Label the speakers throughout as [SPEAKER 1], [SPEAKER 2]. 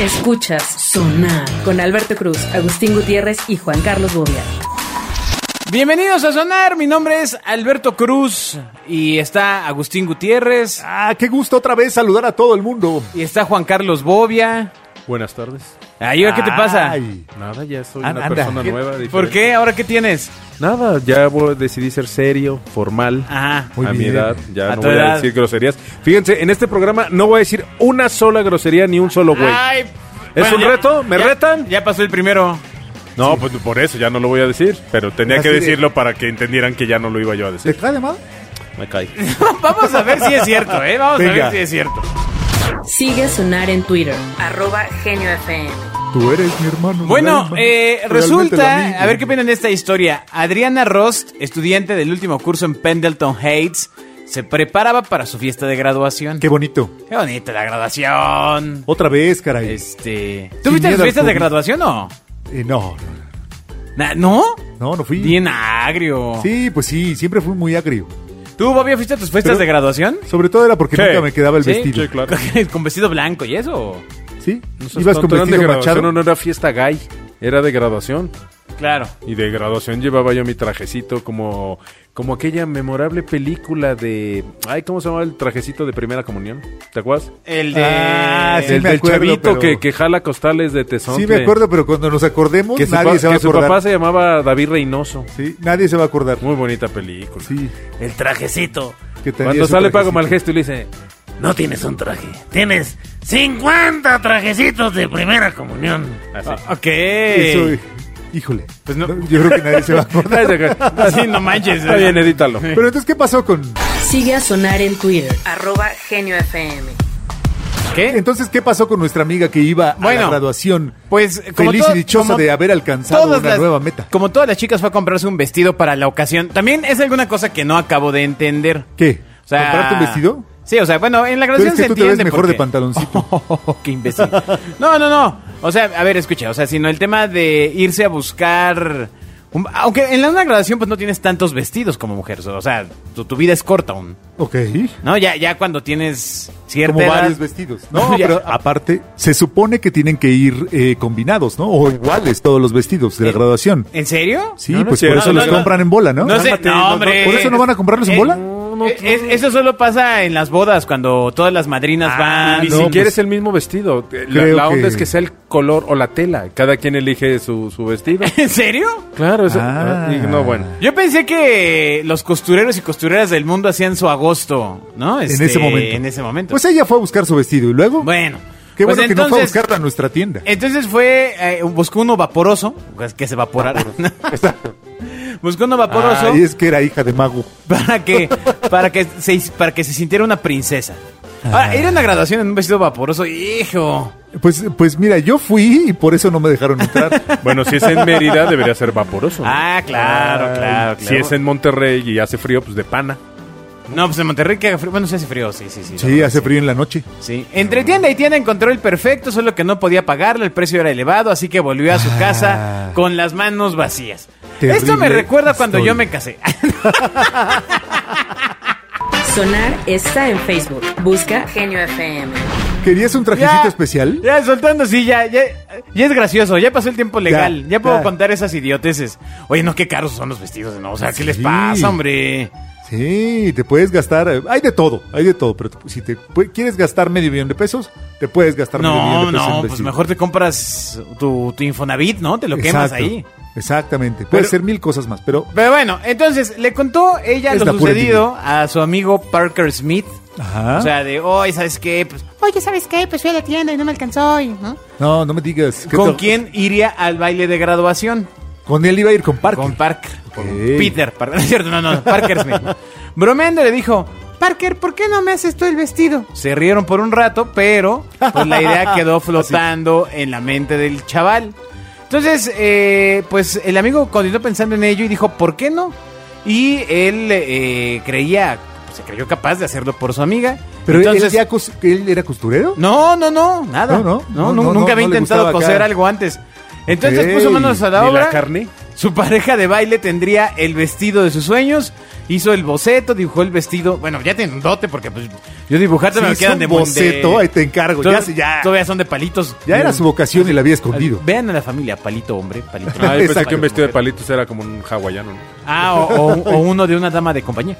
[SPEAKER 1] Escuchas Sonar con Alberto Cruz, Agustín Gutiérrez y Juan Carlos Bobia.
[SPEAKER 2] Bienvenidos a Sonar, mi nombre es Alberto Cruz y está Agustín Gutiérrez
[SPEAKER 3] Ah, qué gusto otra vez saludar a todo el mundo.
[SPEAKER 2] y está Juan Carlos Bobia.
[SPEAKER 4] Buenas tardes.
[SPEAKER 2] Ay, ¿ahora qué te pasa?
[SPEAKER 3] Ay,
[SPEAKER 4] Nada, ya soy
[SPEAKER 3] An-
[SPEAKER 4] una
[SPEAKER 3] anda.
[SPEAKER 4] persona
[SPEAKER 3] ¿Qué-
[SPEAKER 4] nueva. diferente.
[SPEAKER 2] ¿Por qué? ¿Ahora qué tienes?
[SPEAKER 4] Nada, ya voy- decidí ser serio, formal.
[SPEAKER 2] Ajá.
[SPEAKER 3] Muy
[SPEAKER 4] a mi
[SPEAKER 3] bien.
[SPEAKER 4] edad, ya
[SPEAKER 2] A
[SPEAKER 4] no
[SPEAKER 2] tu
[SPEAKER 4] voy
[SPEAKER 2] edad.
[SPEAKER 4] Ah, a decir groserías. Fíjense, en este programa no voy a decir una sola grosería ni un solo güey.
[SPEAKER 2] Ay,
[SPEAKER 4] ¿Es un reto? ¿Me retan?
[SPEAKER 2] Ya pasó el primero.
[SPEAKER 4] No, pues por eso ya no lo voy a decir. Pero tenía
[SPEAKER 3] Así
[SPEAKER 4] que
[SPEAKER 3] de-
[SPEAKER 4] decirlo para que entendieran que ya no lo iba yo a
[SPEAKER 3] ¿te
[SPEAKER 4] decir.
[SPEAKER 3] cae de mal?
[SPEAKER 4] Me caí.
[SPEAKER 2] Vamos a ver si es cierto, ¿eh? Vamos a ver
[SPEAKER 3] Venga.
[SPEAKER 2] si es cierto.
[SPEAKER 1] Sigue a Sonar en Twitter, arroba Genio FM.
[SPEAKER 3] Tú eres mi hermano.
[SPEAKER 2] Bueno,
[SPEAKER 3] mi alma.
[SPEAKER 2] eh,
[SPEAKER 3] Realmente lo
[SPEAKER 2] resulta,
[SPEAKER 3] amigo.
[SPEAKER 2] a ver qué opinan de esta historia. Adriana Rost, estudiante del último curso en Pendleton Heights, se preparaba para su fiesta de graduación.
[SPEAKER 3] Qué bonito.
[SPEAKER 2] Qué bonita la graduación.
[SPEAKER 3] Otra vez, caray.
[SPEAKER 2] Este. ¿Tú fuiste
[SPEAKER 3] Sin
[SPEAKER 2] a las
[SPEAKER 3] miedo al
[SPEAKER 2] fiestas de
[SPEAKER 3] COVID.
[SPEAKER 2] graduación o?
[SPEAKER 3] Eh, no,
[SPEAKER 2] Na- ¿No?
[SPEAKER 3] no, no fui.
[SPEAKER 2] Bien agrio.
[SPEAKER 3] Sí, pues sí, siempre fui muy agrio.
[SPEAKER 2] ¿Tú, Bobby, fuiste a tus fiestas
[SPEAKER 3] Pero-
[SPEAKER 2] de graduación?
[SPEAKER 3] Sobre todo era porque
[SPEAKER 4] Sí.
[SPEAKER 3] nunca me quedaba el
[SPEAKER 2] Sí,
[SPEAKER 3] vestido.
[SPEAKER 4] sí, claro.
[SPEAKER 2] Con vestido blanco y eso.
[SPEAKER 3] Sí,
[SPEAKER 4] No seas
[SPEAKER 3] ibas con
[SPEAKER 4] tonto, eran de
[SPEAKER 3] vestido
[SPEAKER 4] graduación,
[SPEAKER 3] machado.
[SPEAKER 4] No era fiesta gay, era de graduación.
[SPEAKER 2] Claro.
[SPEAKER 4] Y de graduación llevaba yo mi trajecito como, como aquella memorable película de... Ay, ¿cómo se llamaba el trajecito de primera comunión? ¿Te acuerdas?
[SPEAKER 2] El de.
[SPEAKER 3] Ah, sí,
[SPEAKER 4] el
[SPEAKER 3] me
[SPEAKER 4] del
[SPEAKER 3] acuerdo,
[SPEAKER 4] chavito
[SPEAKER 3] pero-
[SPEAKER 4] que, que jala costales de tesón.
[SPEAKER 3] Sí, me acuerdo, pero cuando nos acordemos,
[SPEAKER 4] Que, su,
[SPEAKER 3] nadie
[SPEAKER 4] pa-
[SPEAKER 3] se va a
[SPEAKER 4] que su
[SPEAKER 3] acordar.
[SPEAKER 4] papá se llamaba David Reynoso.
[SPEAKER 3] Sí, nadie se va a acordar.
[SPEAKER 4] Muy bonita película.
[SPEAKER 3] Sí,
[SPEAKER 2] El trajecito.
[SPEAKER 3] que tenía
[SPEAKER 4] Cuando
[SPEAKER 3] su
[SPEAKER 4] sale Pago
[SPEAKER 3] trajecito.
[SPEAKER 4] Malgesto y le dice...
[SPEAKER 5] No tienes un traje. Tienes 50 trajecitos de primera comunión.
[SPEAKER 4] Así.
[SPEAKER 2] Ah, ok.
[SPEAKER 3] Eso, eh, híjole.
[SPEAKER 2] Pues no.
[SPEAKER 3] No, Yo creo que nadie se va a acordar.
[SPEAKER 2] Así no manches. ¿eh?
[SPEAKER 4] Está bien, edítalo.
[SPEAKER 3] Pero entonces, ¿qué pasó con...?
[SPEAKER 1] Sigue a Sonar en Twitter, arroba Genio FM.
[SPEAKER 2] ¿Qué?
[SPEAKER 3] Entonces, ¿qué pasó con nuestra amiga que iba a
[SPEAKER 2] Bueno,
[SPEAKER 3] la graduación?
[SPEAKER 2] Pues como
[SPEAKER 3] feliz
[SPEAKER 2] to-
[SPEAKER 3] y dichosa
[SPEAKER 2] como
[SPEAKER 3] de haber alcanzado
[SPEAKER 2] todas
[SPEAKER 3] una
[SPEAKER 2] las-
[SPEAKER 3] nueva meta.
[SPEAKER 2] Como todas las chicas fue a comprarse un vestido para la ocasión. También es alguna cosa que no acabo de entender.
[SPEAKER 3] ¿Qué?
[SPEAKER 2] O sea,
[SPEAKER 3] ¿Comprarte un vestido?
[SPEAKER 2] Sí, o sea, bueno, en la
[SPEAKER 3] Pero es
[SPEAKER 2] graduación
[SPEAKER 3] que
[SPEAKER 2] se
[SPEAKER 3] tú te
[SPEAKER 2] entiende
[SPEAKER 3] ves mejor
[SPEAKER 2] porque-
[SPEAKER 3] de pantaloncito.
[SPEAKER 2] Qué imbécil. No, no, no. O sea, a ver, escucha, o sea, sino el tema de irse a buscar un- aunque en la una graduación pues no tienes tantos vestidos como mujer, o sea, tu, tu vida es corta aún.
[SPEAKER 3] Ok.
[SPEAKER 2] No, ya ya cuando tienes cierta
[SPEAKER 3] Como
[SPEAKER 2] edad-
[SPEAKER 3] varios vestidos. No,
[SPEAKER 2] Ya.
[SPEAKER 3] pero aparte, se supone que tienen que ir eh, combinados, ¿no? O iguales todos los vestidos de la
[SPEAKER 2] Eh,
[SPEAKER 3] graduación.
[SPEAKER 2] ¿En serio?
[SPEAKER 3] Sí,
[SPEAKER 4] no, no
[SPEAKER 3] pues por
[SPEAKER 4] es cierto.
[SPEAKER 3] eso
[SPEAKER 4] No,
[SPEAKER 3] los
[SPEAKER 4] no, no.
[SPEAKER 3] compran en bola, ¿no?
[SPEAKER 2] No sé,
[SPEAKER 4] Cálmate,
[SPEAKER 2] no,
[SPEAKER 4] no, no,
[SPEAKER 2] hombre.
[SPEAKER 3] ¿Por eso no van a comprarlos en
[SPEAKER 2] Eh,
[SPEAKER 3] bola?
[SPEAKER 2] eh, es- eso solo pasa en las bodas cuando todas las madrinas
[SPEAKER 4] Ah,
[SPEAKER 2] van.
[SPEAKER 4] ni
[SPEAKER 3] no,
[SPEAKER 4] siquiera
[SPEAKER 3] pues,
[SPEAKER 4] es el mismo vestido. Eh, La,
[SPEAKER 3] creo
[SPEAKER 4] la onda
[SPEAKER 3] que-
[SPEAKER 4] es que sea el color o la tela. Cada quien elige su, su vestido.
[SPEAKER 2] ¿En serio?
[SPEAKER 4] claro, eso.
[SPEAKER 3] Ah.
[SPEAKER 4] y no, bueno.
[SPEAKER 2] Yo pensé que los costureros y costureras del mundo hacían su agosto, ¿no?
[SPEAKER 3] En
[SPEAKER 2] Este,
[SPEAKER 3] ese momento.
[SPEAKER 2] En ese momento.
[SPEAKER 3] Pues ella fue a buscar su vestido y luego...
[SPEAKER 2] bueno.
[SPEAKER 3] Qué
[SPEAKER 2] pues
[SPEAKER 3] bueno que no fue a
[SPEAKER 2] entonces-
[SPEAKER 3] buscarlo a nuestra tienda.
[SPEAKER 2] Entonces fue, eh, buscó uno vaporoso, pues, que se evaporara. buscó uno vaporoso
[SPEAKER 3] Ah, y es que era hija de mago.
[SPEAKER 2] para que para que se para que se sintiera una princesa.
[SPEAKER 3] Ah.
[SPEAKER 2] Ahora, ir a una graduación en un vestido vaporoso, hijo.
[SPEAKER 3] Pues, pues mira, yo fui y por eso no me dejaron entrar.
[SPEAKER 4] Bueno, si es en Mérida, debería ser vaporoso. ¿no?
[SPEAKER 2] Ah, claro, claro, claro.
[SPEAKER 4] Si es en Monterrey y hace frío, pues de pana.
[SPEAKER 2] No, pues en Monterrey que haga frío. Bueno, sí hace frío, sí, sí, sí.
[SPEAKER 3] Sí, hace frío en la noche.
[SPEAKER 2] Sí. Entre tienda y tienda encontró el perfecto, solo que no podía pagarlo, el precio era elevado, así que volvió a su casa con las manos vacías.
[SPEAKER 3] Ah. Terrible
[SPEAKER 2] Esto me recuerda cuando
[SPEAKER 3] historia.
[SPEAKER 2] yo me casé.
[SPEAKER 1] Sonar está en Facebook, busca Genio FM.
[SPEAKER 3] ¿Querías un trajecito especial?
[SPEAKER 2] Ya, soltando, sí, ya, ya, ya es gracioso, ya pasó el tiempo legal, ya,
[SPEAKER 3] Ya,
[SPEAKER 2] puedo
[SPEAKER 3] ya.
[SPEAKER 2] contar esas idioteces. Oye, no, qué caros son los vestidos, ¿no? O sea, ¿qué les
[SPEAKER 3] Sí.
[SPEAKER 2] pasa, hombre?
[SPEAKER 3] Sí, te puedes gastar. eh, Hay de todo, hay de todo. Pero te- si te pu- quieres gastar medio millón de pesos, te puedes gastar medio millón
[SPEAKER 2] No,
[SPEAKER 3] de pesos.
[SPEAKER 2] no,
[SPEAKER 3] en
[SPEAKER 2] pues
[SPEAKER 3] vestido.
[SPEAKER 2] mejor te compras tu, tu Infonavit, ¿no? Te lo quemas
[SPEAKER 3] Exacto,
[SPEAKER 2] ahí.
[SPEAKER 3] Exactamente. Puede
[SPEAKER 2] Pero-
[SPEAKER 3] ser mil cosas más, pero.
[SPEAKER 2] Pero bueno, entonces le contó ella
[SPEAKER 3] Es
[SPEAKER 2] lo
[SPEAKER 3] la pura
[SPEAKER 2] sucedido a su amigo Parker Smith.
[SPEAKER 3] Ajá.
[SPEAKER 2] O sea, de, oye, ¿sabes qué? Pues,
[SPEAKER 6] Oye, ¿sabes qué? Pues fui a la tienda y no me alcanzó y, ¿no?
[SPEAKER 3] no, no me digas. ¿Qué
[SPEAKER 2] ¿Con
[SPEAKER 3] te-
[SPEAKER 2] quién iría al baile de graduación?
[SPEAKER 3] Con él iba a ir con Parker.
[SPEAKER 2] Con Parker.
[SPEAKER 3] Ok.
[SPEAKER 2] Peter, Parker. No es cierto, no, no, Parker Smith. Bromeando le dijo,
[SPEAKER 6] Parker, ¿por qué no me haces tú el vestido?
[SPEAKER 2] se rieron por un rato, pero pues, la idea quedó flotando en la mente del chaval. Entonces, eh, pues el amigo continuó pensando en ello y dijo, ¿por qué no? Y él eh, creía, se creyó capaz de hacerlo por su amiga.
[SPEAKER 3] Pero él-
[SPEAKER 2] Entonces-
[SPEAKER 3] él, ya cos- él era costurero.
[SPEAKER 2] No, no, no, nada. No,
[SPEAKER 3] No, no, no,
[SPEAKER 2] nu- nunca
[SPEAKER 3] no, no,
[SPEAKER 2] había
[SPEAKER 3] no le
[SPEAKER 2] intentado
[SPEAKER 3] gustaba
[SPEAKER 2] coser
[SPEAKER 3] acá.
[SPEAKER 2] algo antes. Entonces
[SPEAKER 3] Ok.
[SPEAKER 2] puso manos a la
[SPEAKER 4] Ni
[SPEAKER 2] obra.
[SPEAKER 4] la carne.
[SPEAKER 2] Su pareja de baile tendría el vestido de sus sueños. Hizo el boceto, dibujó el vestido. Bueno, ya tiene un dote porque pues, yo dibujarte
[SPEAKER 3] Sí,
[SPEAKER 2] me
[SPEAKER 3] hizo
[SPEAKER 2] quedan
[SPEAKER 3] un
[SPEAKER 2] de buen de-
[SPEAKER 3] boceto, ahí te encargo, ya,
[SPEAKER 2] Todavía-
[SPEAKER 3] sí, ya.
[SPEAKER 2] Todavía son de palitos.
[SPEAKER 3] Ya era su vocación y la había escondido.
[SPEAKER 2] Vean a la familia, palito hombre, palito.
[SPEAKER 4] Ah, yo pensé
[SPEAKER 3] Exacto.
[SPEAKER 4] que un vestido de palitos era como un hawaiano. ¿no?
[SPEAKER 2] Ah, o, o- o uno de una dama de compañía.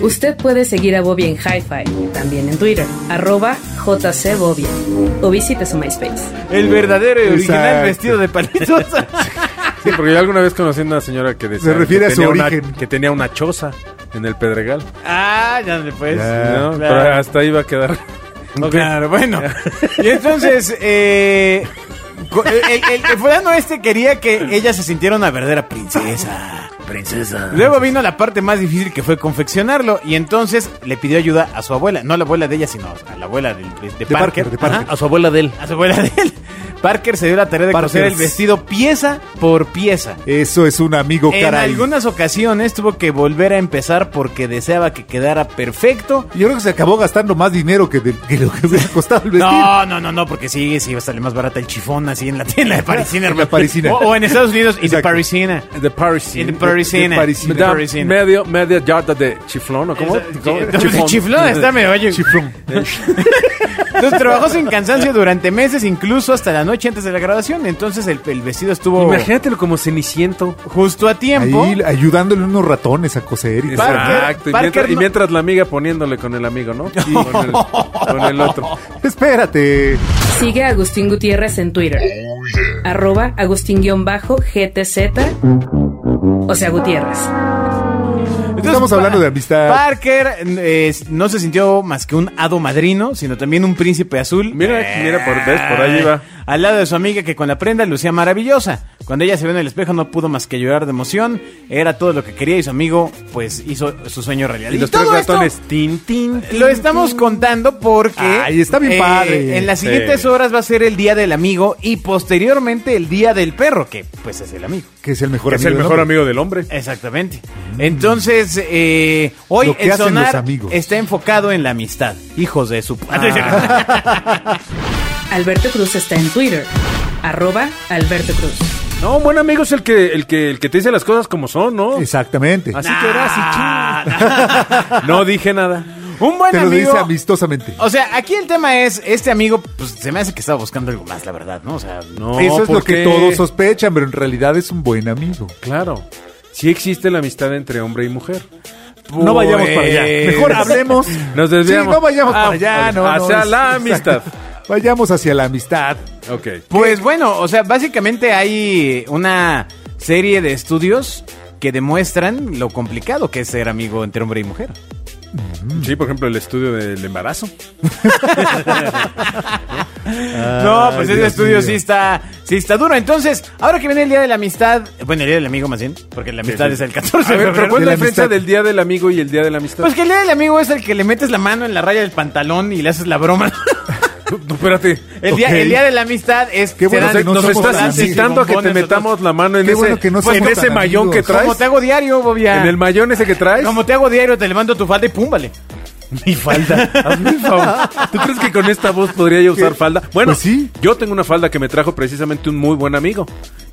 [SPEAKER 1] Usted puede seguir a Bobia en Hi-Fi, también en Twitter, arroba jcbobia, o visite su MySpace.
[SPEAKER 2] El verdadero y original
[SPEAKER 3] Exacto.
[SPEAKER 2] vestido de palitos.
[SPEAKER 4] Sí, porque yo alguna vez conocí a una señora que decía
[SPEAKER 3] Se refiere
[SPEAKER 4] que
[SPEAKER 3] a su
[SPEAKER 4] tenía una-
[SPEAKER 3] origen.
[SPEAKER 4] que tenía una choza en el Pedregal.
[SPEAKER 2] ah, ya le puedes.
[SPEAKER 3] Ya,
[SPEAKER 2] claro.
[SPEAKER 4] ¿no? Pero hasta ahí va a quedar.
[SPEAKER 2] Ok. Claro, bueno. Y entonces, eh, co- el, el- el fulano este quería que ella se sintiera una verdadera princesa.
[SPEAKER 5] Princesa.
[SPEAKER 2] Luego vino la parte más difícil que fue confeccionarlo y entonces le pidió ayuda a su abuela, no a la abuela de ella, sino a la abuela del- de, de Parker.
[SPEAKER 3] Parker, de Parker.
[SPEAKER 2] Ajá, a su abuela de él. A su abuela de él. Parker se dio la tarea de
[SPEAKER 3] Parkers.
[SPEAKER 2] coser el vestido pieza por pieza.
[SPEAKER 3] Eso es un amigo
[SPEAKER 2] En
[SPEAKER 3] caray.
[SPEAKER 2] algunas ocasiones tuvo que volver a empezar porque deseaba que quedara perfecto.
[SPEAKER 3] Yo creo que se acabó gastando más dinero que, de- que lo que hubiera costado el vestir.
[SPEAKER 2] No, no, no, no, porque sí, sí, va a salir más barata el chifón así en la tienda de Parisina,
[SPEAKER 3] En la
[SPEAKER 2] hermano.
[SPEAKER 3] Parisina.
[SPEAKER 2] O, o en Estados Unidos, y de
[SPEAKER 3] Exacto.
[SPEAKER 2] Parisina.
[SPEAKER 4] The Paris.
[SPEAKER 2] Y de Parisina.
[SPEAKER 3] De Parisina.
[SPEAKER 2] y de
[SPEAKER 4] Da
[SPEAKER 2] Parisina.
[SPEAKER 4] Medio, media yarda de chiflón, ¿o cómo?
[SPEAKER 2] Esa-
[SPEAKER 4] ¿Cómo?
[SPEAKER 2] chi- Chiflón está medio oye.
[SPEAKER 3] Chiflón.
[SPEAKER 2] Entonces trabajó sin cansancio durante meses, incluso hasta la noche antes de la graduación. Entonces el, el vestido estuvo
[SPEAKER 4] Imagínatelo como ceniciento.
[SPEAKER 2] justo a tiempo.
[SPEAKER 3] Ahí ayudándole unos ratones a coser y
[SPEAKER 2] Parker-
[SPEAKER 4] Exacto. Y,
[SPEAKER 2] Parker
[SPEAKER 4] mientras, y
[SPEAKER 2] no-
[SPEAKER 4] mientras la amiga poniéndole con el amigo, ¿no? Y con, el, con el otro.
[SPEAKER 3] Espérate.
[SPEAKER 1] Sigue a Agustín Gutiérrez en Twitter, arroba agustín-gtz, o sea Gutiérrez.
[SPEAKER 2] Entonces,
[SPEAKER 3] Estamos
[SPEAKER 2] Pa-
[SPEAKER 3] hablando de amistad.
[SPEAKER 2] Parker eh, no se sintió más que un hado madrino, sino también un príncipe azul. Eh,
[SPEAKER 4] Mira, mira, por- ves, por ahí va.
[SPEAKER 2] Al lado de su amiga que con la prenda lucía maravillosa. Cuando ella se vio en el espejo no pudo más que llorar de emoción. Era todo lo que quería y su amigo pues hizo su sueño realidad.
[SPEAKER 4] Y los
[SPEAKER 2] todo
[SPEAKER 4] tres
[SPEAKER 2] esto
[SPEAKER 4] ratones. Tin, tin, tin,
[SPEAKER 2] Lo estamos
[SPEAKER 4] tin.
[SPEAKER 2] contando porque eh,
[SPEAKER 3] Ay, está bien padre.
[SPEAKER 2] En las
[SPEAKER 4] Sí.
[SPEAKER 2] siguientes horas va a ser el día del amigo y posteriormente el día del perro, que pues es el amigo.
[SPEAKER 3] Que es el mejor
[SPEAKER 4] Que
[SPEAKER 3] amigo.
[SPEAKER 4] es el
[SPEAKER 3] del
[SPEAKER 4] mejor
[SPEAKER 3] hombre.
[SPEAKER 4] amigo del hombre.
[SPEAKER 2] Exactamente. Entonces, eh, hoy
[SPEAKER 3] Mm. Lo que
[SPEAKER 2] el
[SPEAKER 3] hacen los
[SPEAKER 2] sonar
[SPEAKER 3] amigos.
[SPEAKER 2] está enfocado en la amistad. Hijos de su...
[SPEAKER 3] Ah.
[SPEAKER 1] Alberto Cruz está en Twitter, arroba Alberto Cruz.
[SPEAKER 4] No, un buen amigo es el que, el que, el que te dice las cosas como son, ¿no?
[SPEAKER 3] Exactamente.
[SPEAKER 4] Así que era así, ching. No dije nada.
[SPEAKER 2] Un buen
[SPEAKER 3] Te lo
[SPEAKER 2] amigo...
[SPEAKER 3] dice amistosamente.
[SPEAKER 2] O sea, aquí el tema es, este amigo, pues se me hace que estaba buscando algo más, la verdad, ¿no? O sea,
[SPEAKER 4] No,
[SPEAKER 3] Eso es lo
[SPEAKER 4] ¿por
[SPEAKER 3] que
[SPEAKER 4] qué?
[SPEAKER 3] todos sospechan, pero en realidad es un buen amigo.
[SPEAKER 4] Claro. Sí existe la amistad entre hombre y mujer. Pues,
[SPEAKER 3] No vayamos para allá. Mejor hablemos.
[SPEAKER 4] Eh, Nos desviamos.
[SPEAKER 3] Sí, no vayamos
[SPEAKER 4] Ah,
[SPEAKER 3] para allá. No, no,
[SPEAKER 4] hacia
[SPEAKER 3] es-
[SPEAKER 4] la
[SPEAKER 3] exacto.
[SPEAKER 4] amistad.
[SPEAKER 3] Vayamos hacia la amistad.
[SPEAKER 4] Ok.
[SPEAKER 2] Pues bueno, o sea, básicamente hay una serie de estudios que demuestran lo complicado que es ser amigo entre hombre y mujer.
[SPEAKER 4] Sí, por ejemplo, el estudio del embarazo.
[SPEAKER 2] No, pues
[SPEAKER 3] Ay,
[SPEAKER 2] ese
[SPEAKER 3] Dios
[SPEAKER 2] estudio
[SPEAKER 3] mío.
[SPEAKER 2] sí está, sí está duro. Entonces, ahora que viene el Día de la Amistad, bueno, el Día del Amigo más bien, porque la amistad
[SPEAKER 4] sí.
[SPEAKER 2] es el 14
[SPEAKER 4] A
[SPEAKER 2] de
[SPEAKER 4] ver, pero
[SPEAKER 2] febrero.
[SPEAKER 4] ¿cuál es la
[SPEAKER 3] De la
[SPEAKER 4] diferencia
[SPEAKER 3] amistad.
[SPEAKER 4] del día del amigo y el día de la amistad?
[SPEAKER 2] Pues que el Día del Amigo es el que le metes la mano en la raya del pantalón y le haces la broma.
[SPEAKER 4] no, espérate.
[SPEAKER 2] El, día,
[SPEAKER 3] Ok.
[SPEAKER 2] el día de la Amistad es
[SPEAKER 3] Qué bueno
[SPEAKER 2] se
[SPEAKER 3] que
[SPEAKER 2] dan-
[SPEAKER 3] no
[SPEAKER 4] Nos
[SPEAKER 3] somos
[SPEAKER 4] estás
[SPEAKER 3] tan
[SPEAKER 2] chocolates y
[SPEAKER 4] incitando a que te
[SPEAKER 2] bombones,
[SPEAKER 4] metamos la mano en
[SPEAKER 3] Qué
[SPEAKER 4] ese,
[SPEAKER 3] bueno que no
[SPEAKER 4] pues, en
[SPEAKER 3] somos
[SPEAKER 4] ese
[SPEAKER 3] tan
[SPEAKER 4] mayón que
[SPEAKER 3] amigos.
[SPEAKER 2] otros. Como
[SPEAKER 4] traes.
[SPEAKER 2] te hago diario, Bobia.
[SPEAKER 4] En el mayón ese que traes.
[SPEAKER 2] Como te hago diario, te levanto tu falda y púmbale.
[SPEAKER 4] Mi falda. Hazme el favor. ¿Tú crees que con esta voz podría yo usar
[SPEAKER 3] ¿Qué?
[SPEAKER 4] falda? Bueno,
[SPEAKER 3] Pues sí.
[SPEAKER 4] yo tengo una falda que me trajo precisamente un muy buen amigo.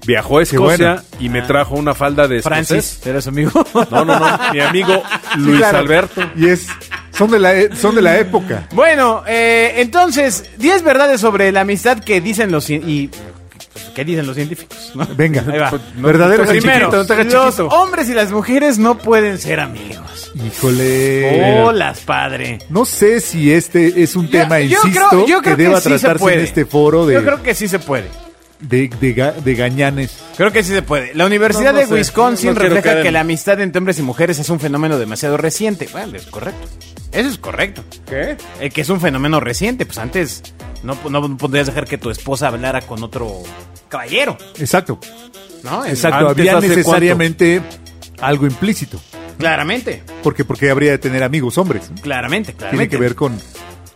[SPEAKER 4] Viajó a Escocia
[SPEAKER 3] bueno.
[SPEAKER 4] y me trajo una falda de escocés.
[SPEAKER 2] Francis, eres amigo.
[SPEAKER 4] No, no, no. Mi amigo
[SPEAKER 3] Sí,
[SPEAKER 4] Luis
[SPEAKER 3] claro.
[SPEAKER 4] Alberto.
[SPEAKER 3] Y es. Son de la, e- son de la época.
[SPEAKER 2] Bueno, eh, entonces, 10 verdades sobre la amistad que dicen los cien- y que dicen los científicos, ¿no?
[SPEAKER 3] Venga.
[SPEAKER 2] Ahí
[SPEAKER 4] pues,
[SPEAKER 2] va.
[SPEAKER 3] Verdadero
[SPEAKER 4] no te hagas
[SPEAKER 2] Primero,
[SPEAKER 4] chiquito, no te hagas
[SPEAKER 2] los
[SPEAKER 4] chiquito.
[SPEAKER 2] hombres y las mujeres no pueden ser amigos.
[SPEAKER 3] Híjole.
[SPEAKER 2] Holas, padre.
[SPEAKER 3] No sé si este es un tema, insisto, que deba tratarse en este foro de,
[SPEAKER 2] Yo creo que sí se puede.
[SPEAKER 3] de, de ga- de gañanes.
[SPEAKER 2] Creo que sí se puede. La Universidad
[SPEAKER 4] No, no
[SPEAKER 2] de
[SPEAKER 4] sé.
[SPEAKER 2] Wisconsin
[SPEAKER 4] No quiero
[SPEAKER 2] refleja
[SPEAKER 4] caer en-
[SPEAKER 2] que la amistad entre hombres y mujeres es un fenómeno demasiado reciente. Bueno, es correcto. Eso es correcto.
[SPEAKER 4] ¿Qué?
[SPEAKER 2] Eh, que es un fenómeno reciente. Pues antes no, no podrías dejar que tu esposa hablara con otro caballero,
[SPEAKER 3] Exacto.
[SPEAKER 2] ¿no? En-
[SPEAKER 3] Exacto.
[SPEAKER 4] Antes,
[SPEAKER 3] había
[SPEAKER 4] ¿hace
[SPEAKER 3] necesariamente algo implícito.
[SPEAKER 2] Claramente,
[SPEAKER 3] Porque, porque habría de tener amigos hombres.
[SPEAKER 2] claramente, claramente.
[SPEAKER 3] Tiene que ver con,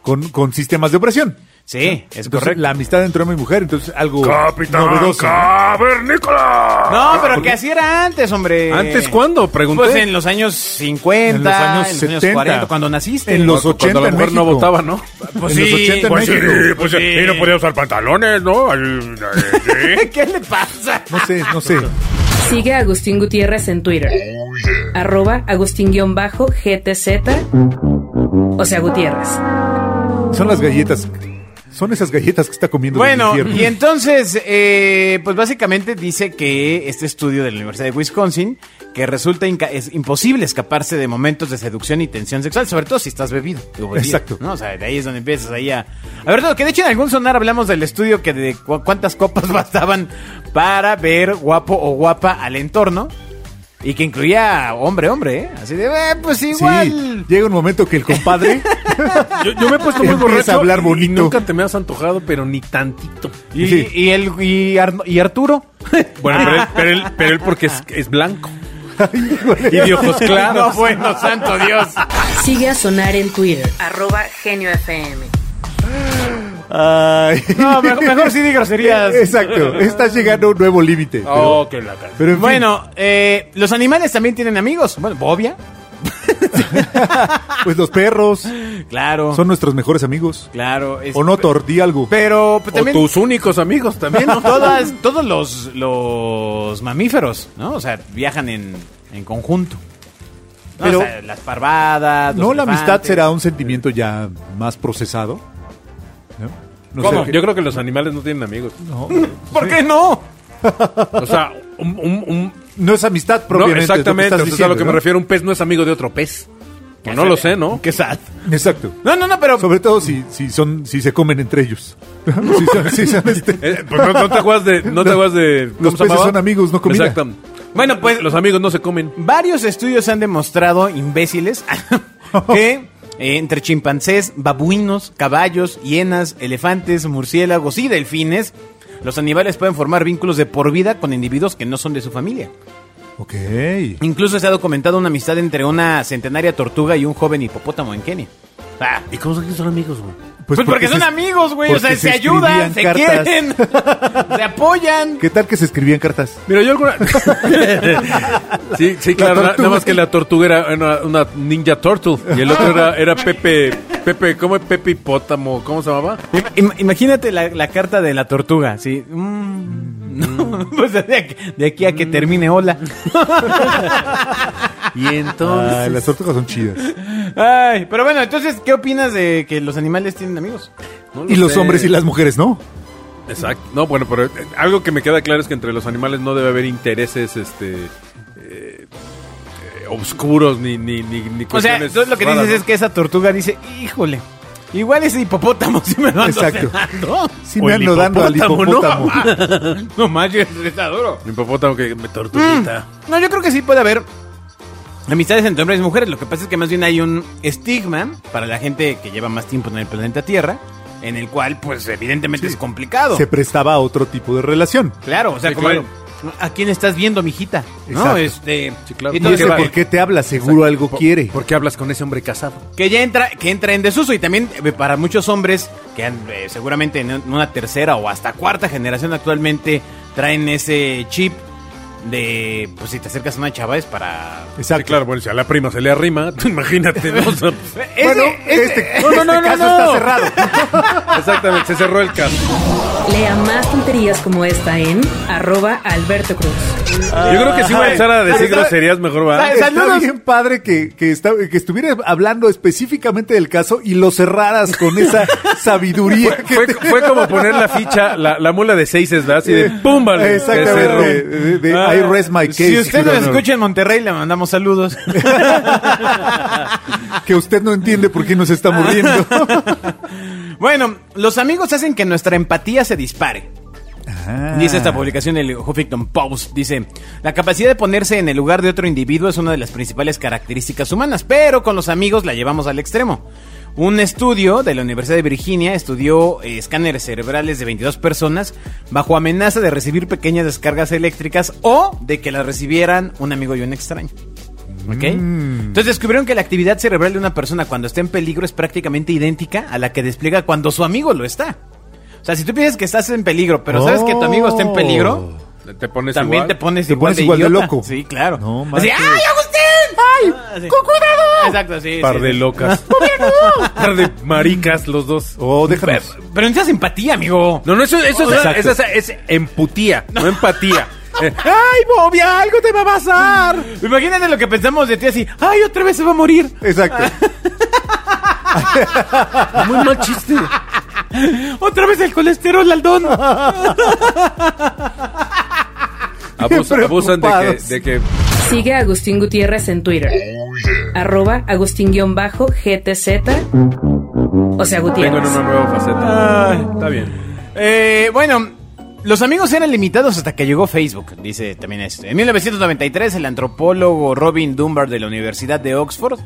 [SPEAKER 3] con, con sistemas de opresión.
[SPEAKER 2] Sí, es
[SPEAKER 3] Entonces,
[SPEAKER 2] correcto.
[SPEAKER 3] La amistad entre hombre y mujer, entonces algo
[SPEAKER 4] Capitán
[SPEAKER 3] novedoso.
[SPEAKER 4] Cavernícola.
[SPEAKER 2] No, pero que así era antes, hombre.
[SPEAKER 4] ¿Antes cuándo? Pregunté.
[SPEAKER 2] Pues en los años 50,
[SPEAKER 3] En los años 70.
[SPEAKER 2] 40, cuando naciste.
[SPEAKER 3] En los
[SPEAKER 2] Cuando-
[SPEAKER 3] 80
[SPEAKER 4] Cuando a lo
[SPEAKER 3] en
[SPEAKER 4] mejor no
[SPEAKER 3] México.
[SPEAKER 4] votaba, ¿no?
[SPEAKER 2] Pues
[SPEAKER 3] en los
[SPEAKER 2] sí,
[SPEAKER 3] 80 en
[SPEAKER 2] pues sí,
[SPEAKER 3] México.
[SPEAKER 2] pues sí. Y no podía
[SPEAKER 4] usar pantalones, ¿no?
[SPEAKER 2] ¿Qué le pasa?
[SPEAKER 3] No sé, no sé.
[SPEAKER 1] Sigue a Agustín Gutiérrez en Twitter. Arroba Agustín-GTZ. O sea, Gutiérrez.
[SPEAKER 3] Son las galletas. Son esas galletas que está comiendo.
[SPEAKER 2] Bueno,
[SPEAKER 3] desde el
[SPEAKER 2] y
[SPEAKER 3] infierno.
[SPEAKER 2] entonces, eh, pues básicamente dice que este estudio de la Universidad de Wisconsin, que resulta inca- es imposible escaparse de momentos de seducción y tensión sexual, sobre todo si estás bebido. o bebida,
[SPEAKER 3] Exacto.
[SPEAKER 2] ¿no? O sea, de ahí es donde empiezas ahí a... A ver, no, que de hecho en algún sonar hablamos del estudio que de cu- cuántas copas bastaban para ver guapo o guapa al entorno. Y que incluía hombre, hombre, ¿eh? Así de, eh, pues igual...
[SPEAKER 3] Sí, llega un momento que el compadre
[SPEAKER 4] Yo, yo me he puesto muy
[SPEAKER 3] Empieza a
[SPEAKER 4] borracho.
[SPEAKER 3] hablar
[SPEAKER 4] y
[SPEAKER 3] bonito.
[SPEAKER 4] nunca te me has antojado, pero ni tantito.
[SPEAKER 2] Y,
[SPEAKER 3] Sí.
[SPEAKER 2] y el, y, Arno- y Arturo.
[SPEAKER 4] Bueno, pero él, pero él- pero él porque es, es blanco.
[SPEAKER 3] Híjole.
[SPEAKER 4] Y de ojos
[SPEAKER 2] No,
[SPEAKER 4] claros.
[SPEAKER 2] bueno, santo Dios.
[SPEAKER 1] Sigue a Sonar en Twitter. Arroba Genio FM.
[SPEAKER 3] Ay.
[SPEAKER 2] No, mejor, mejor sí di groserías.
[SPEAKER 3] Exacto, estás llegando a un nuevo límite. Pero,
[SPEAKER 4] Oh, qué la cara.
[SPEAKER 3] pero en fin,
[SPEAKER 2] Bueno, eh, los animales también tienen amigos. Bueno, Bobia,
[SPEAKER 3] pues los perros
[SPEAKER 2] claro.
[SPEAKER 3] son nuestros mejores amigos.
[SPEAKER 2] claro. es-
[SPEAKER 3] O no, Thor, di algo.
[SPEAKER 2] Pero pues,
[SPEAKER 4] O
[SPEAKER 2] también
[SPEAKER 4] tus únicos amigos también. ¿no?
[SPEAKER 2] todas, todos los, los mamíferos, ¿no? O sea, viajan en, en conjunto. ¿no?
[SPEAKER 3] Pero-
[SPEAKER 2] O sea, las parvadas. los
[SPEAKER 3] ¿No la amistad
[SPEAKER 2] elefantes.
[SPEAKER 3] será un sentimiento ya más procesado? ¿No? No sé
[SPEAKER 4] ¿Cómo?
[SPEAKER 3] qué-
[SPEAKER 4] Yo creo que los animales no tienen amigos.
[SPEAKER 3] no,
[SPEAKER 2] ¿Por qué no?
[SPEAKER 4] O sea, un... un- un-
[SPEAKER 3] no es amistad
[SPEAKER 4] no,
[SPEAKER 3] propiamente.
[SPEAKER 4] exactamente.
[SPEAKER 3] es lo que estás
[SPEAKER 4] o sea, a lo
[SPEAKER 3] diciendo,
[SPEAKER 4] que me
[SPEAKER 3] ¿no?
[SPEAKER 4] refiero, un pez no es amigo de otro pez. O no lo sé, ¿no?
[SPEAKER 2] Qué sad.
[SPEAKER 3] Exacto.
[SPEAKER 2] No, no, no, pero.
[SPEAKER 3] Sobre todo si, si son si se comen entre ellos. si son, si son, este,
[SPEAKER 4] Eh, pues no, no te acuerdas de... No te acuerdas de ¿cómo
[SPEAKER 3] los
[SPEAKER 4] se
[SPEAKER 3] peces
[SPEAKER 4] llamaba?
[SPEAKER 3] son amigos, no comida.
[SPEAKER 4] Exacto.
[SPEAKER 2] Bueno, pues.
[SPEAKER 4] Los amigos no se comen.
[SPEAKER 2] Varios estudios han demostrado, imbéciles, que eh, entre chimpancés, babuinos, caballos, hienas, elefantes, murciélagos y delfines, los animales pueden formar vínculos de por vida con individuos que no son de su familia.
[SPEAKER 3] Ok.
[SPEAKER 2] Incluso se ha documentado una amistad entre una centenaria tortuga y un joven hipopótamo en Kenia. Ah,
[SPEAKER 5] ¿Y cómo son que son amigos, güey?
[SPEAKER 2] Pues, porque, son
[SPEAKER 3] se-
[SPEAKER 2] amigos, güey. O
[SPEAKER 3] porque
[SPEAKER 2] sea, se, ayudan,
[SPEAKER 3] escribían
[SPEAKER 2] se
[SPEAKER 3] cartas.
[SPEAKER 2] quieren, se apoyan.
[SPEAKER 3] ¿Qué tal que se escribían cartas?
[SPEAKER 4] Mira, yo alguna... sí, sí, claro. na- Nada más que la tortuga era una, una ninja turtle. Y el otro era, era Pepe... Pepe, ¿cómo es Pepe Hipótamo? ¿Cómo se llamaba?
[SPEAKER 2] Ima- im- Imagínate la, la carta de la tortuga, sí. Mm, no, pues de, aquí, de aquí a que termine, hola.
[SPEAKER 5] Y entonces...
[SPEAKER 3] Ah, las tortugas son chidas.
[SPEAKER 2] Ay, pero bueno, entonces, ¿qué opinas de que los animales tienen amigos?
[SPEAKER 4] No lo
[SPEAKER 3] Y los
[SPEAKER 4] sé.
[SPEAKER 3] hombres y las mujeres, ¿no?
[SPEAKER 4] Exacto. No, bueno, pero eh, algo que me queda claro es que entre los animales no debe haber intereses, este... eh, eh, obscuros ni, ni, ni,
[SPEAKER 2] O
[SPEAKER 4] ni
[SPEAKER 2] sea,
[SPEAKER 4] cuestiones
[SPEAKER 2] entonces lo que
[SPEAKER 4] raras,
[SPEAKER 2] dices
[SPEAKER 4] ¿no?
[SPEAKER 2] es que esa tortuga dice, híjole, igual ese hipopótamo sí me lo ando
[SPEAKER 3] Exacto.
[SPEAKER 2] cenando".
[SPEAKER 3] Sí,
[SPEAKER 2] O
[SPEAKER 3] me
[SPEAKER 2] el
[SPEAKER 3] ando dando al hipopótamo.
[SPEAKER 2] hipopótamo. No manches, está duro.
[SPEAKER 4] Mi hipopótamo que me tortuguita.
[SPEAKER 2] Mm,
[SPEAKER 3] Mm.
[SPEAKER 2] No, yo creo que sí puede haber amistades entre hombres y mujeres. Lo que pasa es que más bien hay un estigma para la gente que lleva más tiempo en el planeta Tierra, en el cual, pues, evidentemente es complicado.
[SPEAKER 3] Se prestaba a otro tipo de relación.
[SPEAKER 2] Claro, o sea,
[SPEAKER 4] Sí,
[SPEAKER 2] como
[SPEAKER 4] claro.
[SPEAKER 2] ¿a quién estás viendo, mijita? No,
[SPEAKER 3] Exacto.
[SPEAKER 2] este,
[SPEAKER 4] Sí, claro.
[SPEAKER 2] y
[SPEAKER 3] No
[SPEAKER 2] todo
[SPEAKER 4] Entonces,
[SPEAKER 3] sé
[SPEAKER 2] ese
[SPEAKER 4] va-
[SPEAKER 3] por qué te habla, seguro algo
[SPEAKER 4] ¿Por-
[SPEAKER 3] quiere.
[SPEAKER 4] ¿Por qué hablas con ese hombre casado?
[SPEAKER 2] Que ya entra, que entra en desuso y también eh, para muchos hombres que han, eh, seguramente en una tercera o hasta cuarta generación actualmente traen ese chip de, pues si te acercas a una chava es para...
[SPEAKER 4] Sí, claro, bueno, si a la prima se le arrima, imagínate, ¿no? O sea, pues,
[SPEAKER 3] Bueno,
[SPEAKER 2] Ese- ese-
[SPEAKER 3] este,
[SPEAKER 2] no, no, no,
[SPEAKER 3] este
[SPEAKER 2] no,
[SPEAKER 3] caso
[SPEAKER 2] no.
[SPEAKER 3] está cerrado.
[SPEAKER 4] exactamente, se cerró el caso.
[SPEAKER 1] Lea más tonterías como esta en arroba Alberto Cruz.
[SPEAKER 4] Yo creo que si voy a empezar a decir
[SPEAKER 2] Está-
[SPEAKER 4] groserías mejor, va.
[SPEAKER 2] Está-
[SPEAKER 3] Está
[SPEAKER 2] Saludos.
[SPEAKER 3] bien padre que, que, está- que estuvieras hablando específicamente del caso y lo cerraras con esa sabiduría que
[SPEAKER 4] Fue,
[SPEAKER 3] te-
[SPEAKER 4] fue como poner la ficha, la, la mula de seises, ¿verdad? Así de ¡pum! Vale, Ah. que
[SPEAKER 3] Exactamente.
[SPEAKER 4] cerró.
[SPEAKER 3] de- de I rest my case.
[SPEAKER 2] Si usted
[SPEAKER 3] Your
[SPEAKER 2] nos
[SPEAKER 3] Honor.
[SPEAKER 2] escucha en Monterrey, le mandamos saludos.
[SPEAKER 3] Que usted no entiende por qué nos estamos riendo.
[SPEAKER 2] bueno, los amigos hacen que nuestra empatía se dispare. Dice esta publicación el Huffington Post. Dice, la capacidad de ponerse en el lugar de otro individuo es una de las principales características humanas, pero con los amigos la llevamos al extremo. Un estudio de la Universidad de Virginia estudió eh, escáneres cerebrales de 22 personas bajo amenaza de recibir pequeñas descargas eléctricas o de que las recibieran un amigo y un extraño. ¿Ok?
[SPEAKER 3] Mm.
[SPEAKER 2] Entonces descubrieron que la actividad cerebral de una persona cuando está en peligro es prácticamente idéntica a la que despliega cuando su amigo lo está. O sea, si tú piensas que estás en peligro, pero sabes que tu amigo está en peligro, pues
[SPEAKER 4] Te pones
[SPEAKER 2] también
[SPEAKER 4] igual.
[SPEAKER 2] te pones
[SPEAKER 3] Oh. Te
[SPEAKER 2] igual,
[SPEAKER 3] pones igual de
[SPEAKER 2] idiota.
[SPEAKER 3] loco.
[SPEAKER 2] Sí, claro.
[SPEAKER 3] No
[SPEAKER 2] Así,
[SPEAKER 3] manches. Ah,
[SPEAKER 2] ¡ay, Agustín! ¡Ay! ¡Con cuidado! Exacto, sí.
[SPEAKER 4] Par
[SPEAKER 2] sí,
[SPEAKER 4] de
[SPEAKER 2] sí.
[SPEAKER 4] locas. Par de maricas los dos.
[SPEAKER 3] Oh,
[SPEAKER 2] Pero,
[SPEAKER 3] déjanos.
[SPEAKER 2] pero necesitas empatía, amigo.
[SPEAKER 4] No, no, eso, eso es-
[SPEAKER 3] Exacto.
[SPEAKER 4] esa- esa es, emputía, no empatía. Eh,
[SPEAKER 2] ¡Ay, Bobia! ¡Algo te va a pasar! Imagínate lo que pensamos de ti así. ¡Ay, otra vez se va a morir!
[SPEAKER 3] Exacto.
[SPEAKER 4] Muy mal chiste.
[SPEAKER 2] ¡Otra vez el colesterol, Aldón!
[SPEAKER 4] Abusa- abusan de que,
[SPEAKER 3] preocupados.
[SPEAKER 4] de que
[SPEAKER 1] Sigue a Agustín Gutiérrez en Twitter. Arroba Agustín-GTZ. O sea,
[SPEAKER 4] tengo
[SPEAKER 1] Gutiérrez.
[SPEAKER 4] en una nueva faceta. Está bien.
[SPEAKER 2] Eh, bueno, los amigos eran limitados hasta que llegó Facebook, dice también esto. En 1993, el antropólogo Robin Dunbar de la Universidad de Oxford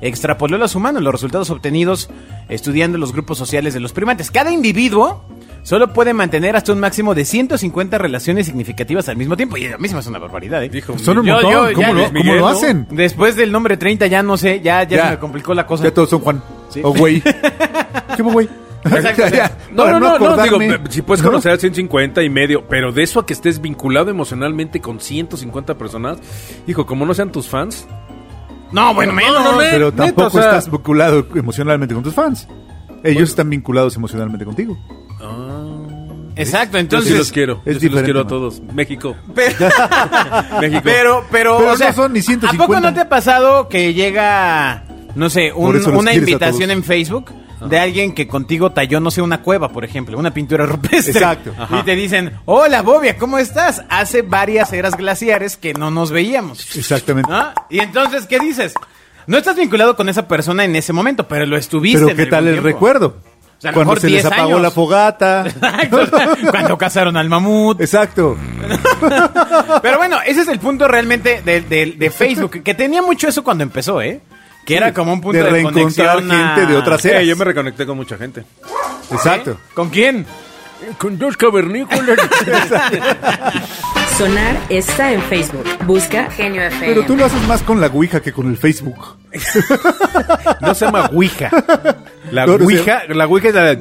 [SPEAKER 2] extrapoló a los humanos los resultados obtenidos estudiando los grupos sociales de los primates. Cada individuo solo puede mantener hasta un máximo de 150 relaciones significativas al mismo tiempo. Y la misma es una barbaridad, ¿eh?
[SPEAKER 4] Dijo,
[SPEAKER 3] Son un
[SPEAKER 2] Yo-
[SPEAKER 3] montón.
[SPEAKER 2] yo- ya
[SPEAKER 3] ¿Cómo,
[SPEAKER 2] Luis
[SPEAKER 3] lo,
[SPEAKER 4] Miguel,
[SPEAKER 3] cómo lo
[SPEAKER 4] ¿no?
[SPEAKER 3] hacen?
[SPEAKER 2] Después del nombre 30 ya no sé, ya, ya,
[SPEAKER 4] Ya.
[SPEAKER 2] se me complicó la cosa.
[SPEAKER 3] Ya todos son Juan.
[SPEAKER 2] Sí.
[SPEAKER 3] O güey. ¿Qué hubo, güey?
[SPEAKER 2] Exacto.
[SPEAKER 3] Ya, ya,
[SPEAKER 4] No,
[SPEAKER 3] para
[SPEAKER 4] no, no, no, digo,
[SPEAKER 3] acordarme.
[SPEAKER 4] pe- si puedes
[SPEAKER 3] ¿No?
[SPEAKER 4] conocer a 150 y medio, pero de eso a que estés vinculado emocionalmente con 150 personas, hijo, como no sean tus fans,
[SPEAKER 2] No, bueno, menos.
[SPEAKER 4] no, no,
[SPEAKER 3] Pero
[SPEAKER 4] neta,
[SPEAKER 3] tampoco
[SPEAKER 4] o sea-
[SPEAKER 3] estás vinculado emocionalmente con tus fans. Ellos están vinculados emocionalmente contigo.
[SPEAKER 2] Exacto,
[SPEAKER 4] ah, yo
[SPEAKER 2] entonces...
[SPEAKER 4] sí los quiero,
[SPEAKER 3] es
[SPEAKER 4] yo sí los
[SPEAKER 3] diferente,
[SPEAKER 4] quiero a
[SPEAKER 3] ¿no?
[SPEAKER 4] todos. México,
[SPEAKER 2] Pero-
[SPEAKER 4] México.
[SPEAKER 2] Pero, pero,
[SPEAKER 3] Pero no son ni 150.
[SPEAKER 2] ¿A poco no te ha pasado que llega, no sé, un-
[SPEAKER 3] Por eso los
[SPEAKER 2] una
[SPEAKER 3] quieres a
[SPEAKER 2] invitación
[SPEAKER 3] todos.
[SPEAKER 2] en Facebook de alguien que contigo talló, no sé, una cueva, por ejemplo, una pintura rupestre?
[SPEAKER 3] Exacto.
[SPEAKER 2] Y te dicen, hola, Bobia, ¿cómo estás? Hace varias eras glaciares que no nos veíamos.
[SPEAKER 3] Exactamente.
[SPEAKER 2] ¿No? Y entonces, ¿qué dices? No estás vinculado con esa persona en ese momento, pero lo estuviste.
[SPEAKER 3] Pero
[SPEAKER 2] en
[SPEAKER 3] ¿qué
[SPEAKER 2] algún
[SPEAKER 3] tal el
[SPEAKER 2] tiempo.
[SPEAKER 3] recuerdo?
[SPEAKER 2] O sea, a lo
[SPEAKER 3] Cuando
[SPEAKER 2] mejor
[SPEAKER 3] se les
[SPEAKER 2] 10
[SPEAKER 3] apagó
[SPEAKER 2] años.
[SPEAKER 3] la fogata.
[SPEAKER 2] Exacto. Cuando cazaron al mamut.
[SPEAKER 3] Exacto.
[SPEAKER 2] Pero bueno, ese es el punto realmente de, de- de Facebook, que tenía mucho eso cuando empezó, ¿eh? Que era como un punto de,
[SPEAKER 3] de reencontrar
[SPEAKER 2] conexión a-
[SPEAKER 3] gente de otras-
[SPEAKER 4] Eh, yo me reconecté con mucha gente.
[SPEAKER 3] Exacto.
[SPEAKER 2] ¿Con quién?
[SPEAKER 4] Con dos cavernícolas.
[SPEAKER 1] Sonar está en Facebook. Busca Genio FM.
[SPEAKER 3] Pero tú lo haces más con la Ouija que con el Facebook.
[SPEAKER 4] no se llama Ouija. La
[SPEAKER 3] No, no
[SPEAKER 4] Ouija, la Ouija es la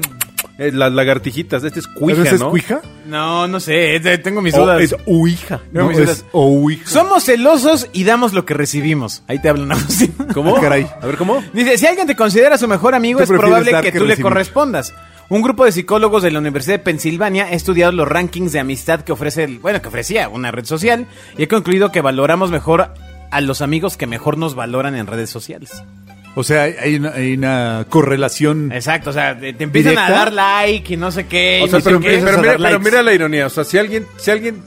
[SPEAKER 4] eh, las lagartijitas, este es
[SPEAKER 3] ¿A
[SPEAKER 4] Ouija,
[SPEAKER 3] veces
[SPEAKER 4] ¿no?
[SPEAKER 3] Ouija?
[SPEAKER 2] No, no sé, eh, tengo
[SPEAKER 3] Oh,
[SPEAKER 2] mis
[SPEAKER 4] O
[SPEAKER 2] dudas.
[SPEAKER 4] es Ouija.
[SPEAKER 3] No,
[SPEAKER 2] mis
[SPEAKER 3] es
[SPEAKER 2] dudas.
[SPEAKER 3] Ouija.
[SPEAKER 2] Somos celosos y damos lo que recibimos. Ahí te hablan, Agustín.
[SPEAKER 4] ¿Cómo?
[SPEAKER 3] Ah, caray.
[SPEAKER 4] A ver, ¿cómo?
[SPEAKER 2] Dice, si alguien te considera su mejor amigo,
[SPEAKER 3] Yo
[SPEAKER 2] es
[SPEAKER 3] prefiero
[SPEAKER 2] probable
[SPEAKER 3] dar
[SPEAKER 2] que,
[SPEAKER 3] que
[SPEAKER 2] tú le
[SPEAKER 3] recibir.
[SPEAKER 2] correspondas. Un grupo de psicólogos de la Universidad de Pensilvania ha estudiado los rankings de amistad que ofrece, el- bueno, que ofrecía una red social y he concluido que valoramos mejor a los amigos que mejor nos valoran en redes sociales.
[SPEAKER 3] O sea, hay- hay una, hay una correlación.
[SPEAKER 2] Exacto, o sea, te, te empiezan
[SPEAKER 3] ¿Directa?
[SPEAKER 2] a dar like y no sé qué.
[SPEAKER 4] O
[SPEAKER 2] y
[SPEAKER 4] sea,
[SPEAKER 2] no
[SPEAKER 4] pero,
[SPEAKER 2] sé qué.
[SPEAKER 4] pero
[SPEAKER 3] a
[SPEAKER 4] mira,
[SPEAKER 3] dar
[SPEAKER 4] pero
[SPEAKER 3] likes.
[SPEAKER 4] mira la ironía. O sea, si alguien, si alguien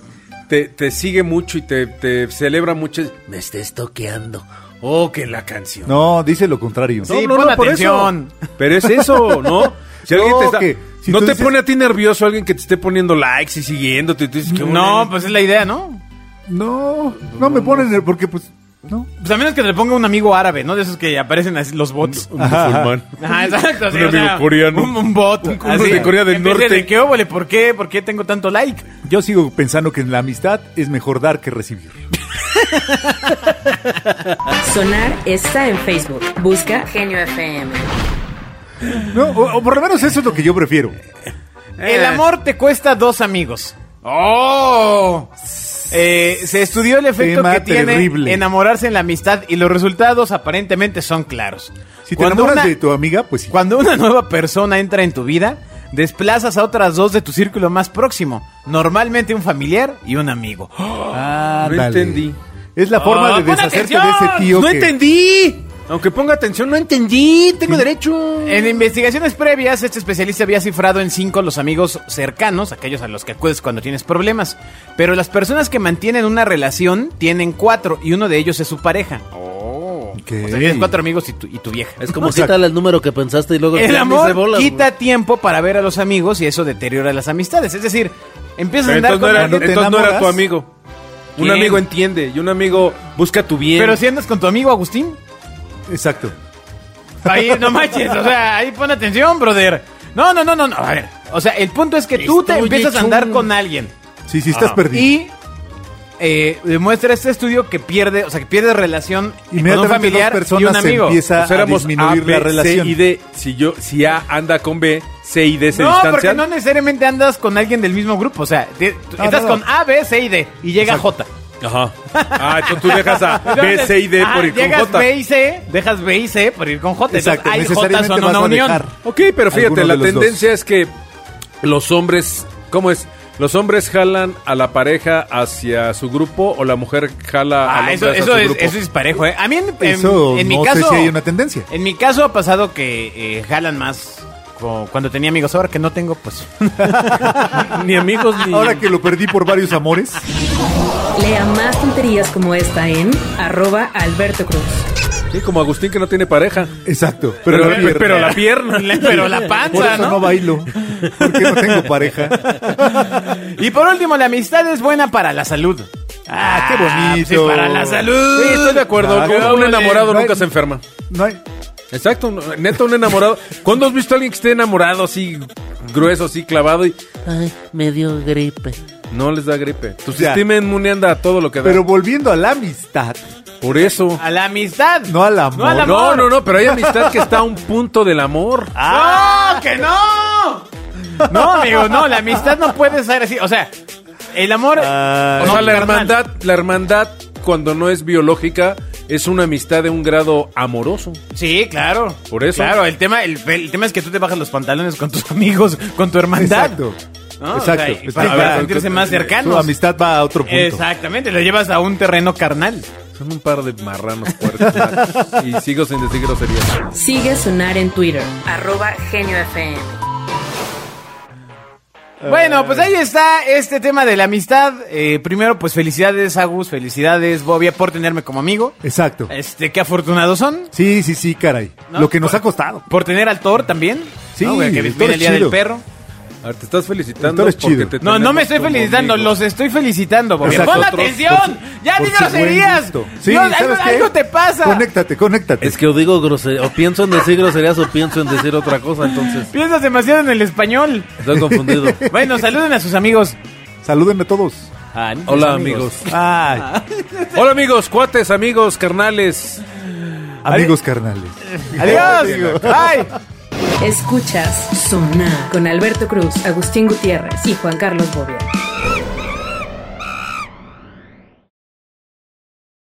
[SPEAKER 4] te, te sigue mucho y te, te celebra mucho, es, me está estoqueando. Oh, que la canción.
[SPEAKER 3] No, dice lo contrario.
[SPEAKER 2] Sí, pon
[SPEAKER 4] por
[SPEAKER 2] atención.
[SPEAKER 4] eso. Pero es eso, ¿no? Si
[SPEAKER 3] No,
[SPEAKER 4] alguien te está-
[SPEAKER 3] que si
[SPEAKER 4] no
[SPEAKER 3] tú
[SPEAKER 4] te
[SPEAKER 3] dices-
[SPEAKER 4] pone a ti nervioso alguien que te esté poniendo likes y siguiéndote. y tú dices, qué
[SPEAKER 2] No,
[SPEAKER 4] bueno.
[SPEAKER 2] pues es la idea, ¿no?
[SPEAKER 3] No, no me ponen el- porque pues no.
[SPEAKER 2] Pues a menos que te ponga un amigo árabe, ¿no? De esos que aparecen así los bots.
[SPEAKER 4] Un musulmán.
[SPEAKER 2] Ajá, exacto.
[SPEAKER 4] Un amigo coreano.
[SPEAKER 2] Un, un bot.
[SPEAKER 4] Un- uno de Corea del
[SPEAKER 2] Empieza
[SPEAKER 4] Norte.
[SPEAKER 2] de, ¿Qué óvole? ¿Por qué? ¿Por qué tengo tanto like?
[SPEAKER 3] Yo sigo pensando que en la amistad es mejor dar que recibir.
[SPEAKER 1] Sonar está en Facebook. Busca Genio FM.
[SPEAKER 3] No, o, o por lo menos eso es lo que yo prefiero.
[SPEAKER 4] Eh.
[SPEAKER 2] El amor te cuesta dos amigos. ¡Oh! Eh, se estudió el efecto
[SPEAKER 3] Tema
[SPEAKER 2] que tiene
[SPEAKER 3] terrible.
[SPEAKER 2] enamorarse en la amistad y los resultados aparentemente son claros.
[SPEAKER 3] Si te
[SPEAKER 2] Cuando
[SPEAKER 3] enamoras
[SPEAKER 2] una-
[SPEAKER 3] de tu amiga, pues sí.
[SPEAKER 2] Cuando una nueva persona entra en tu vida, desplazas a otras dos de tu círculo más próximo, normalmente un familiar y un amigo.
[SPEAKER 3] Ah,
[SPEAKER 4] No entendí.
[SPEAKER 3] Es la forma
[SPEAKER 2] Ah,
[SPEAKER 3] de
[SPEAKER 2] pon
[SPEAKER 3] deshacerte de
[SPEAKER 2] atención.
[SPEAKER 3] ese tío.
[SPEAKER 4] ¡No
[SPEAKER 3] que-
[SPEAKER 4] entendí! Aunque ponga atención, no entendí. Tengo derecho.
[SPEAKER 2] En investigaciones previas, este especialista había cifrado en cinco los amigos cercanos, aquellos a los que acudes cuando tienes problemas. Pero las personas que mantienen una relación tienen cuatro y uno de ellos es su pareja.
[SPEAKER 3] Ok.
[SPEAKER 2] O sea, tienes cuatro amigos y tu, y tu vieja.
[SPEAKER 7] Es como si tal el número que pensaste y luego
[SPEAKER 2] El
[SPEAKER 7] te andes
[SPEAKER 2] amor
[SPEAKER 7] de bolas, güey.
[SPEAKER 2] quita tiempo para ver a los amigos y eso deteriora las amistades. Es decir, empiezas a
[SPEAKER 4] Pero
[SPEAKER 2] andar
[SPEAKER 4] entonces no
[SPEAKER 2] con
[SPEAKER 4] era,
[SPEAKER 3] cuando te
[SPEAKER 4] entonces no era
[SPEAKER 3] enamoras.
[SPEAKER 4] tu amigo. Un
[SPEAKER 2] ¿Quién?
[SPEAKER 4] amigo entiende y un amigo busca tu bien.
[SPEAKER 2] Pero si andas con tu amigo Agustín,
[SPEAKER 3] Exacto.
[SPEAKER 2] ahí no manches, o sea, ahí pon atención, brother. No, no, no, no, no, a ver. O sea, el punto es que tú te
[SPEAKER 7] Estoy
[SPEAKER 2] empiezas a
[SPEAKER 7] hecho
[SPEAKER 2] andar
[SPEAKER 7] un-
[SPEAKER 2] con alguien.
[SPEAKER 3] Sí, sí, estás
[SPEAKER 2] Ah.
[SPEAKER 3] perdido.
[SPEAKER 2] Y eh, demuestra este estudio que pierde, o sea, que pierde relación con un
[SPEAKER 3] Inmediatamente
[SPEAKER 2] familiar
[SPEAKER 3] dos
[SPEAKER 2] y
[SPEAKER 3] personas
[SPEAKER 2] un
[SPEAKER 3] se
[SPEAKER 2] amigo.
[SPEAKER 3] empieza-
[SPEAKER 4] Pues éramos
[SPEAKER 3] a disminuir
[SPEAKER 4] A, B,
[SPEAKER 3] la relación.
[SPEAKER 4] C y D. Si, yo, si A anda con B, C y D se
[SPEAKER 2] No, porque
[SPEAKER 4] distancian.
[SPEAKER 2] no necesariamente andas con alguien del mismo grupo. O sea, te- tú
[SPEAKER 3] No,
[SPEAKER 2] estás
[SPEAKER 3] no, no.
[SPEAKER 2] con A, B, C y D. Y llega J.
[SPEAKER 4] Ajá. Ah, entonces tú dejas a B,
[SPEAKER 2] Entonces,
[SPEAKER 4] C y D
[SPEAKER 2] ah,
[SPEAKER 4] por ir con
[SPEAKER 2] llegas
[SPEAKER 4] J.
[SPEAKER 2] B y C, dejas B y C por ir con J.
[SPEAKER 3] Exacto,
[SPEAKER 2] Entonces, hay J
[SPEAKER 3] necesariamente
[SPEAKER 2] son
[SPEAKER 3] vas
[SPEAKER 2] una
[SPEAKER 3] a
[SPEAKER 2] unión.
[SPEAKER 3] dejar.
[SPEAKER 4] Ok, pero fíjate,
[SPEAKER 3] Alguno
[SPEAKER 4] la
[SPEAKER 3] de los
[SPEAKER 4] tendencia es que los hombres, ¿cómo es? Los hombres jalan a la pareja hacia su grupo o la mujer jala
[SPEAKER 2] Ah,
[SPEAKER 4] al
[SPEAKER 2] eso,
[SPEAKER 4] hombre hacia
[SPEAKER 2] eso
[SPEAKER 4] su
[SPEAKER 2] es,
[SPEAKER 4] grupo.
[SPEAKER 2] eso es parejo, ¿eh? A mí, en, en-
[SPEAKER 3] Eso
[SPEAKER 2] en mi
[SPEAKER 3] no sé
[SPEAKER 2] caso.
[SPEAKER 3] si hay una tendencia.
[SPEAKER 2] En mi caso ha pasado que eh, jalan más co- cuando tenía amigos. Ahora que no tengo, pues.
[SPEAKER 4] Ni amigos ni
[SPEAKER 3] Ahora que lo perdí por varios amores.
[SPEAKER 1] Lea más tonterías como esta en arroba Alberto Cruz.
[SPEAKER 4] Sí, como Agustín que no tiene pareja.
[SPEAKER 3] Exacto.
[SPEAKER 4] Pero,
[SPEAKER 3] la pierna.
[SPEAKER 4] pero la pierna.
[SPEAKER 2] Pero la
[SPEAKER 3] Por
[SPEAKER 2] panza,
[SPEAKER 3] eso no,
[SPEAKER 2] ¿no?
[SPEAKER 3] bailo. Porque no tengo pareja.
[SPEAKER 2] Y por último, la amistad es buena para la salud. pues
[SPEAKER 3] Ah, qué bonito.
[SPEAKER 2] sí, para la salud.
[SPEAKER 4] Sí, estoy de acuerdo.
[SPEAKER 3] Ah,
[SPEAKER 4] Con
[SPEAKER 3] claro.
[SPEAKER 4] un enamorado
[SPEAKER 3] No hay-
[SPEAKER 4] nunca se enferma.
[SPEAKER 3] No hay.
[SPEAKER 4] Exacto, neta, un enamorado. ¿Cuándo has visto a alguien que esté enamorado así, grueso, así, clavado y
[SPEAKER 7] Ay, me dio gripe.
[SPEAKER 4] no les da gripe? Tu
[SPEAKER 3] Ya.
[SPEAKER 4] sistema inmune anda a todo lo que da.
[SPEAKER 3] Pero volviendo a la amistad,
[SPEAKER 4] Por eso.
[SPEAKER 2] A la amistad.
[SPEAKER 3] no al amor.
[SPEAKER 2] No al amor. Ah,
[SPEAKER 4] No, no, no, pero hay amistad que está a un punto del amor.
[SPEAKER 2] ¡No! ¡Que no! No, amigo, no, la amistad no puede ser así. O sea, el amor.
[SPEAKER 3] Ah.
[SPEAKER 4] O
[SPEAKER 2] no,
[SPEAKER 4] sea, la
[SPEAKER 2] carnal.
[SPEAKER 4] hermandad, la hermandad cuando no es biológica es una amistad de un grado amoroso.
[SPEAKER 2] Sí, claro.
[SPEAKER 4] Por eso.
[SPEAKER 2] Claro, el tema, el, el tema es que tú te bajas los pantalones con tus amigos, con tu hermandad.
[SPEAKER 3] Exacto.
[SPEAKER 2] ¿no? O sea,
[SPEAKER 3] Exacto.
[SPEAKER 2] y para,
[SPEAKER 3] Sí,
[SPEAKER 2] para
[SPEAKER 3] ya,
[SPEAKER 2] sentirse
[SPEAKER 3] tu-
[SPEAKER 2] más cercanos.
[SPEAKER 3] Tu amistad va a otro punto.
[SPEAKER 2] Exactamente, lo llevas a un terreno carnal.
[SPEAKER 4] Son un par de marranos puercos. y sigo sin decir groserías.
[SPEAKER 1] Sigue Sonar en Twitter, arroba Genio FM.
[SPEAKER 3] Eh.
[SPEAKER 2] Bueno, pues ahí está este tema de la amistad. Eh, primero, pues felicidades, Agus, felicidades, Bobia, por tenerme como amigo.
[SPEAKER 3] Exacto.
[SPEAKER 2] Este, qué afortunados son.
[SPEAKER 3] Sí, sí, sí, caray.
[SPEAKER 2] ¿No? pues,
[SPEAKER 3] Lo que nos ha costado.
[SPEAKER 2] Por tener al Thor también.
[SPEAKER 3] Sí,
[SPEAKER 2] ¿no? Güey, que
[SPEAKER 3] el
[SPEAKER 2] viene
[SPEAKER 3] Thor
[SPEAKER 2] el día
[SPEAKER 3] es chido.
[SPEAKER 2] del perro.
[SPEAKER 4] A ver, te estás
[SPEAKER 3] Esto
[SPEAKER 4] felicitando
[SPEAKER 3] es
[SPEAKER 4] porque
[SPEAKER 3] chido.
[SPEAKER 4] te
[SPEAKER 2] No, no me estoy
[SPEAKER 4] tenemos como
[SPEAKER 2] felicitando,
[SPEAKER 4] amigos.
[SPEAKER 2] los estoy felicitando, Bobia.
[SPEAKER 3] Exacto.
[SPEAKER 2] ¡Pon
[SPEAKER 3] Otros,
[SPEAKER 2] atención!
[SPEAKER 3] por su-
[SPEAKER 2] ¡Ya
[SPEAKER 3] por
[SPEAKER 2] di
[SPEAKER 3] su buen
[SPEAKER 2] groserías!
[SPEAKER 3] gusto. Sí,
[SPEAKER 2] Dios, algo,
[SPEAKER 3] ¿sabes qué?
[SPEAKER 2] algo te pasa.
[SPEAKER 3] Conéctate, conéctate.
[SPEAKER 7] Es que o digo groserías, o pienso en decir groserías o pienso en decir otra cosa, entonces
[SPEAKER 2] Piensas demasiado en el español.
[SPEAKER 7] estoy confundido.
[SPEAKER 2] Bueno, saluden a sus amigos.
[SPEAKER 3] Salúdenme todos.
[SPEAKER 4] Hola amigos.
[SPEAKER 3] Ay,
[SPEAKER 4] Hola amigos, cuates, amigos, carnales.
[SPEAKER 3] amigos carnales.
[SPEAKER 2] Adiós. Bye.
[SPEAKER 1] Escuchas Sonar con Alberto Cruz, Agustín Gutiérrez y Juan Carlos Bobia.